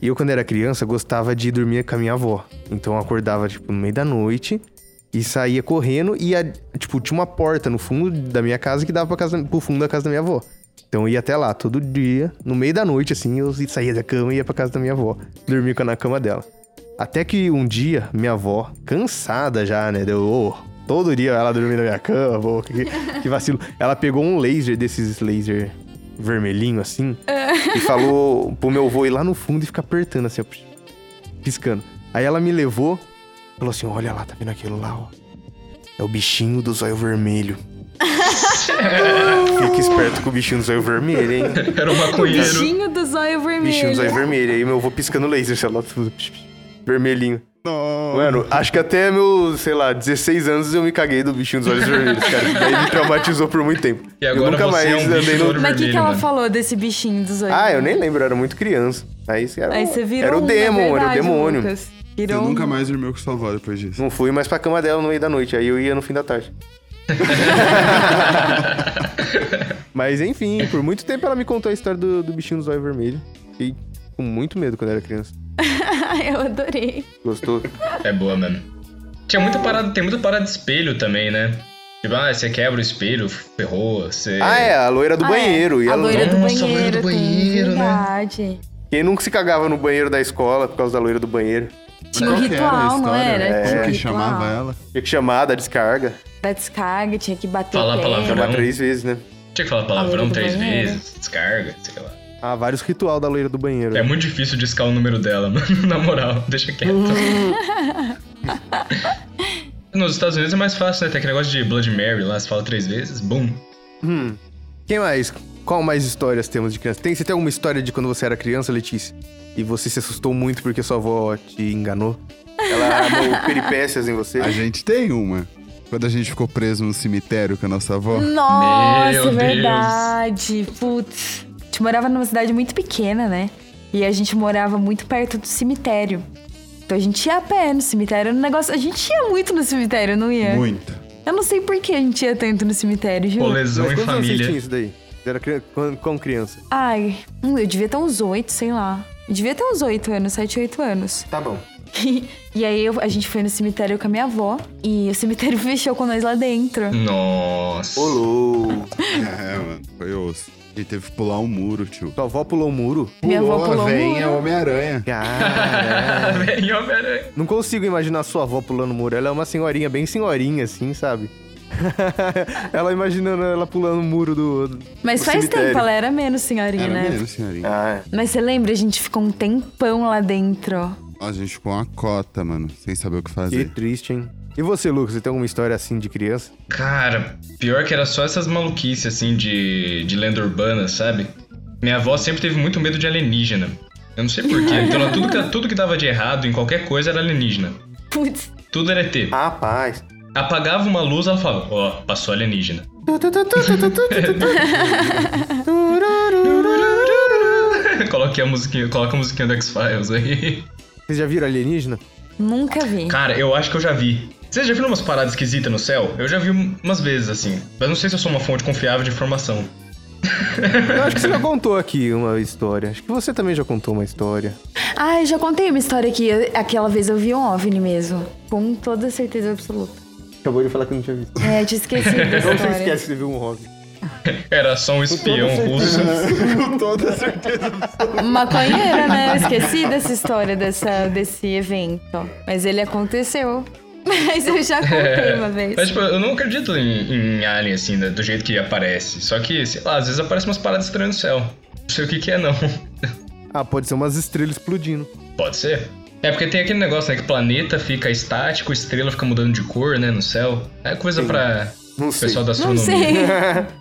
E eu, quando era criança, gostava de dormir com a minha avó. Então eu acordava, tipo, no meio da noite e saía correndo e, ia- tipo, tinha uma porta no fundo da minha casa que dava pra casa, pro fundo da casa da minha avó. Então eu ia até lá todo dia, no meio da noite, assim, eu saía da cama e ia pra casa da minha avó. Dormia com- na cama dela. Até que um dia, minha avó, cansada já, né? Deu, "Ô, todo dia ela dormia na minha cama, pô, que, que vacilo. Ela pegou um laser desses laser vermelhinho assim e falou pro meu avô ir lá no fundo e ficar apertando assim, ó, piscando. Aí ela me levou, falou assim: olha lá, tá vendo aquilo lá, ó. É o bichinho do zóio (laughs) vermelho. Fica esperto com o bichinho do zóio vermelho, (laughs) hein? Era um maconheiro. Bichinho do zóio vermelho. Bichinho do zóio vermelho. Aí meu avô piscando laser, sei lá, tudo, vermelhinho. não. Mano, acho que até meus, sei lá, 16 anos eu me caguei do bichinho dos olhos vermelhos, cara. Isso Daí me traumatizou por muito tempo. E agora eu nunca você mais é um bicho andei do no. olho Mas o que, que vermelho, ela mano. falou desse bichinho do zóio Ah, eu nem lembro, eu era muito criança. Aí, isso era, Aí o- você virou era o um, na demônio, verdade, era o demônio. Lucas. Você Virou um. nunca mais dormiu com sua avó depois disso. Não fui mais pra cama dela no meio da noite, aí eu ia no fim da (laughs) tarde. Mas enfim, por muito tempo ela me contou a história do, do bichinho dos olhos vermelhos. Fiquei com muito medo quando era criança. (laughs) eu adorei. Gostou? É boa mesmo. Tinha muita parada, tem muita parada de espelho também, né? Tipo, ah, você quebra o espelho, ferrou, você. ah, é, a loira do Ah, é. banheiro. E A ela- loira do Nossa, a banheiro. loira do tem, banheiro, né? verdade. Quem nunca se cagava no banheiro da escola por causa da loira do banheiro? Tinha um Qual que era a ritual, não história? era? Tinha Como um É. que ritual. chamava ela? Tinha que chamar, dar descarga. Da descarga, tinha que bater Falar o pé. palavrão. Chamar três vezes, né? Tinha que falar A palavrão loira do três banheiro. vezes, descarga, sei lá. Há vários ritual da loira do banheiro. É muito difícil discar o número dela, (laughs) mano. Na moral, deixa (laughs) quieto. Nos Estados Unidos é mais fácil, né? Tem aquele negócio de Blood Mary lá, você fala três vezes, bum. Hum. Quem mais? Qual mais histórias temos de criança? Tem, você tem alguma história de quando você era criança, Letícia? E você se assustou muito porque sua avó te enganou? Ela amou peripécias em você? A gente tem uma. Quando a gente ficou preso no cemitério com a nossa avó. Nossa, Meu verdade. Putz. A gente morava numa cidade muito pequena, né? E a gente morava muito perto do cemitério. Então a gente ia a pé no cemitério. No negócio, a gente ia muito no cemitério, não ia? Muito. Eu não sei por que a gente ia tanto no cemitério, juro. Pô, lesão Mas em quantos anos você tinha família. isso daí? Você era criança? Com, criança? Ai, hum, eu devia ter uns oito, sei lá. Eu devia ter uns oito anos, sete, oito anos. (laughs) Tá bom. e aí eu- a gente foi no cemitério com a minha avó. E o cemitério (laughs) fechou com nós lá dentro. Hum. Nossa. (laughs) Olô! É, mano. Foi osso. E teve que pular um muro, tio. Sua avó pulou um muro? Minha avó a pulou um veinha muro. (laughs) Homem-Aranha. Cara, Velho, Homem-Aranha. não consigo imaginar sua avó pulando muro. Ela é uma senhorinha, bem senhorinha, assim, sabe? (laughs) ela imaginando ela pulando o muro do. Mas do faz cemitério. tempo, ela era menos senhorinha, Era né? mesmo, senhorinha. Ah, é. Mas você lembra, a gente ficou um tempão lá dentro. A gente ficou uma cota, mano. Sem saber o que Que fazer. triste, hein? E você, Lucas, você tem alguma história assim de criança? Cara, pior que era só essas maluquices, assim, de, de lenda urbana, sabe? Minha avó sempre teve muito medo de alienígena. Eu não sei porquê. Então, ela- tudo, que, tudo que dava de errado em qualquer coisa era alienígena. Putz, Tudo era ET. Ah, Rapaz. (laughs) Apagava uma luz, ela falava, ó, passou alienígena. (laughs) Coloquei a musiquinha, coloca a musiquinha do X-Files aí. Vocês já viram alienígena? nunca vi. Cara, eu acho que eu já vi. Vocês já viram umas paradas esquisitas no céu? Eu já vi umas vezes, assim. Mas não sei se eu sou uma fonte confiável de informação. (laughs) Eu acho que você já contou aqui uma história. Acho que você também já contou uma história. Ah, eu já contei uma história aqui. Aquela vez eu vi um OVNI mesmo. Com toda certeza absoluta. Acabou de falar que eu não tinha visto. É, eu tinha (laughs) esquecido da Então história. você esquece que você viu um hobby. Era só um espião Então, russo. Com toda certeza. Maconheira, né? Eu (laughs) esqueci dessa história, dessa, desse evento. Mas ele aconteceu. (laughs) Mas eu já contei uma vez. Mas, tipo, eu não acredito em, em alien, assim, né, do jeito que aparece. Só que, sei lá, às vezes aparecem umas paradas estranhas no céu. Não sei o que que é, não. (laughs) Ah, pode ser umas estrelas explodindo. Pode ser. É porque tem aquele negócio, né, que planeta fica estático, estrela fica mudando de cor, né, no céu. É coisa pra Não o sei. pessoal da Não astronomia. (laughs) sei.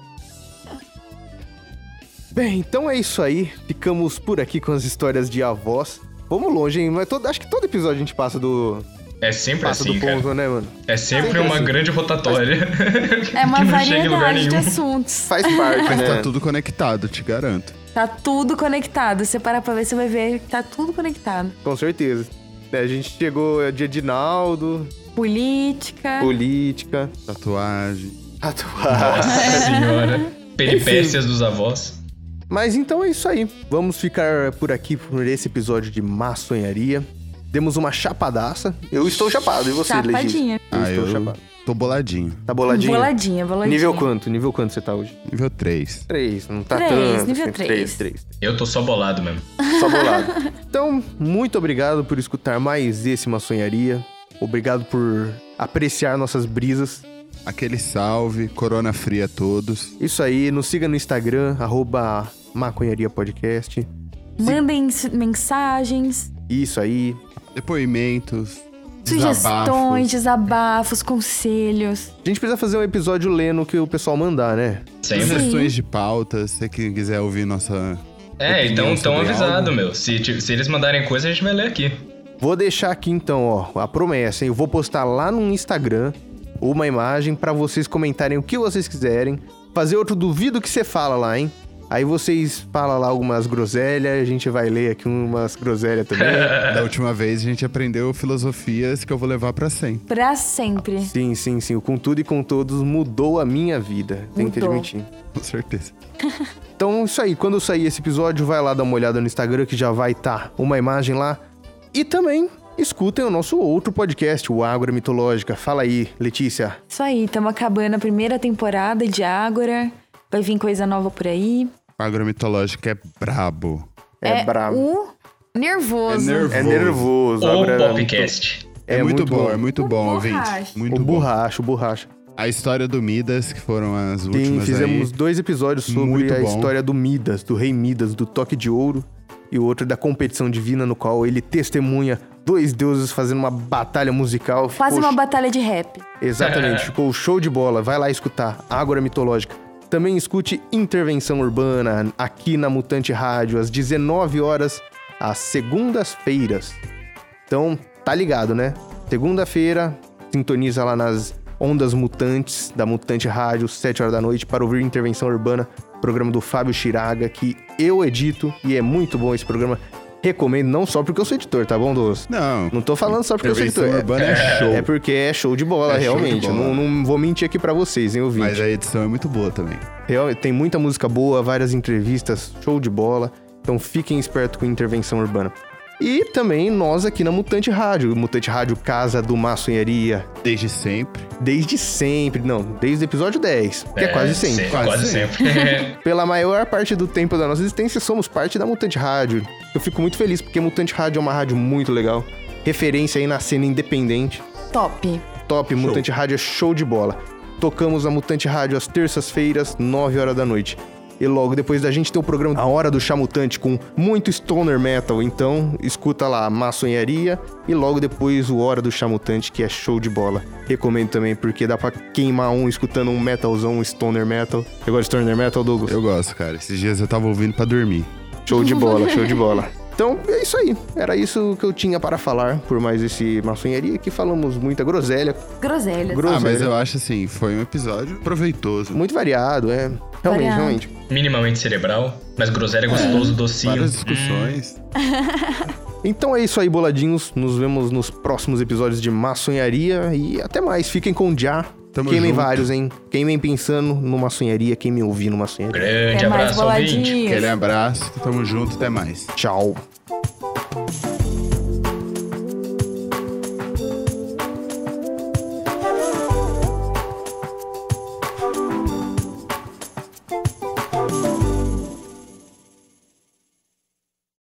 Bem, então é isso aí. Ficamos por aqui com as histórias de avós. Vamos longe, hein? Mas todo- acho que todo episódio a gente passa do, É sempre passa assim, do cara. ponto, né, mano? É sempre uma grande rotatória. (laughs) É uma que não chega em lugar variedade assim. de nenhum. assuntos. Faz parte, Mas né? tá tudo conectado, te garanto. Tá tudo conectado. Você parar pra ver, você vai ver que tá tudo conectado. Com certeza. É, A gente chegou é dia de Naldo, Política. política, Tatuagem. (laughs) tatuagem. (laughs) Nossa senhora. Peripécias dos avós. Mas então é isso aí. Vamos ficar por aqui por esse episódio de maçonharia. Demos uma chapadaça. Eu estou chapado, e você, Legis? Chapadinha. Eu Ah, estou eu chapado. tô boladinho. Tá boladinho? Boladinha, boladinha. Nível quanto? Nível quanto você tá hoje? Nível 3. Três, não tá Três, tanto. nível assim, três. três, três. Eu tô só bolado mesmo. Só (laughs) bolado. então, muito obrigado por escutar mais esse Maçonharia. Obrigado por apreciar nossas brisas. Aquele salve, corona fria a todos. Isso aí, nos siga no Instagram, arroba Maconharia Podcast. Mandem s- mensagens, Isso aí. Depoimentos. sugestões, desabafos. desabafos, conselhos. A gente precisa fazer um episódio lendo o que o pessoal mandar, né? Sempre. Sugestões de pautas, se você que quiser ouvir nossa. É, opinião então tão sobre avisado, algo. meu. Se, ti- se eles mandarem coisa, a gente vai ler aqui. Vou deixar aqui então, ó, a promessa, hein? Eu vou postar lá no Instagram uma imagem pra vocês comentarem o que vocês quiserem. Fazer outro duvido que você fala lá, hein? Aí vocês falam lá algumas groselhas, a gente vai ler aqui umas groselhas também. Da última vez a gente aprendeu filosofias que eu vou levar pra sempre. Pra sempre. sim, sim, sim. O Com Tudo e Com Todos mudou a minha vida. Tenho que Mudou. admitir. (laughs) Com certeza. Então, isso aí. Quando sair esse episódio, vai lá dar uma olhada no Instagram que já vai estar uma imagem lá. E também escutem o nosso outro podcast, o Ágora Mitológica. Fala aí, Letícia. Isso aí, estamos acabando a primeira temporada de Ágora. Vai vir coisa nova por aí. O agromitológico é brabo. É, brabo. O nervoso. É nervoso. É nervoso. Ou Abra- podcast. É, muito, bom, é muito O bom, borracha. ouvinte. Muito O bom. borracho, o borracha. A história do Midas, que foram as Sim, últimas fizemos aí. dois episódios sobre Muito a bom. história do Midas, do rei Midas, do toque de ouro, e o outro da competição divina, no qual ele testemunha dois deuses fazendo uma batalha musical. Quase Ficou- uma batalha de rap. Exatamente, ficou show de bola. Vai lá escutar Ágora Mitológica. Também escute Intervenção Urbana aqui na Mutante Rádio, às 19 horas, às segundas-feiras. Então, tá ligado, né? Segunda-feira, sintoniza lá nas Ondas Mutantes da Mutante Rádio, 7 horas da noite, para ouvir Intervenção Urbana, programa do Fábio Chiraga, que eu edito e é muito bom esse programa. Recomendo, não só porque eu sou editor, tá bom, Douglas? Não. Não tô falando só porque eu sou Intervenção editor. é- urbana é show. é porque é show de bola, É show de realmente. bola. Eu Não, não vou mentir aqui pra vocês, hein, ouvinte. Mas a edição é muito boa também. Real- tem muita música boa, várias entrevistas, show de bola. Então fiquem espertos com intervenção urbana. E também nós aqui na Mutante Rádio. Mutante Rádio Casa do Maçonharia. Desde sempre. Desde sempre. Não, desde o episódio 10. Que é, quase sempre. se- quase Quase sempre. (laughs) É, Pela maior parte do tempo da nossa existência, somos parte da Mutante Rádio. Eu fico muito feliz porque Mutante Rádio é uma rádio muito legal. Referência aí na cena independente. Top. Top, Mutante Rádio é show de bola. Tocamos a Mutante Rádio às terças-feiras, 9 horas da noite. E logo depois da gente tem o programa A Hora do Chá Mutante com muito stoner metal. Então, escuta lá Maçonharia e logo depois o Hora do Chá Mutante, que é show de bola. Recomendo também, porque dá pra queimar um escutando um metalzão, um stoner metal. Eu gosto de stoner metal, Douglas? Eu gosto, cara. Esses dias eu tava ouvindo pra dormir. Show de bola, show de (laughs) bola. Então é isso aí. Era isso que eu tinha para falar por mais esse maçonharia que falamos muita groselha. Groselhas. Groselha. Ah, mas eu acho assim, foi um episódio proveitoso. Muito variado, é. Realmente, Variado. realmente. Minimamente cerebral, mas groselha é gostoso, docinho. Várias discussões. Então é isso aí, boladinhos. Nos vemos nos próximos episódios de maçonharia e até mais. Fiquem com já. Tamo Queimem junto. vários, hein? Queimem pensando no maçonharia, queimem ouvindo maçonharia. Grande Até É mais, abraço, ouvinte. boladinhos. Aquele abraço, tamo junto, até mais. Tchau.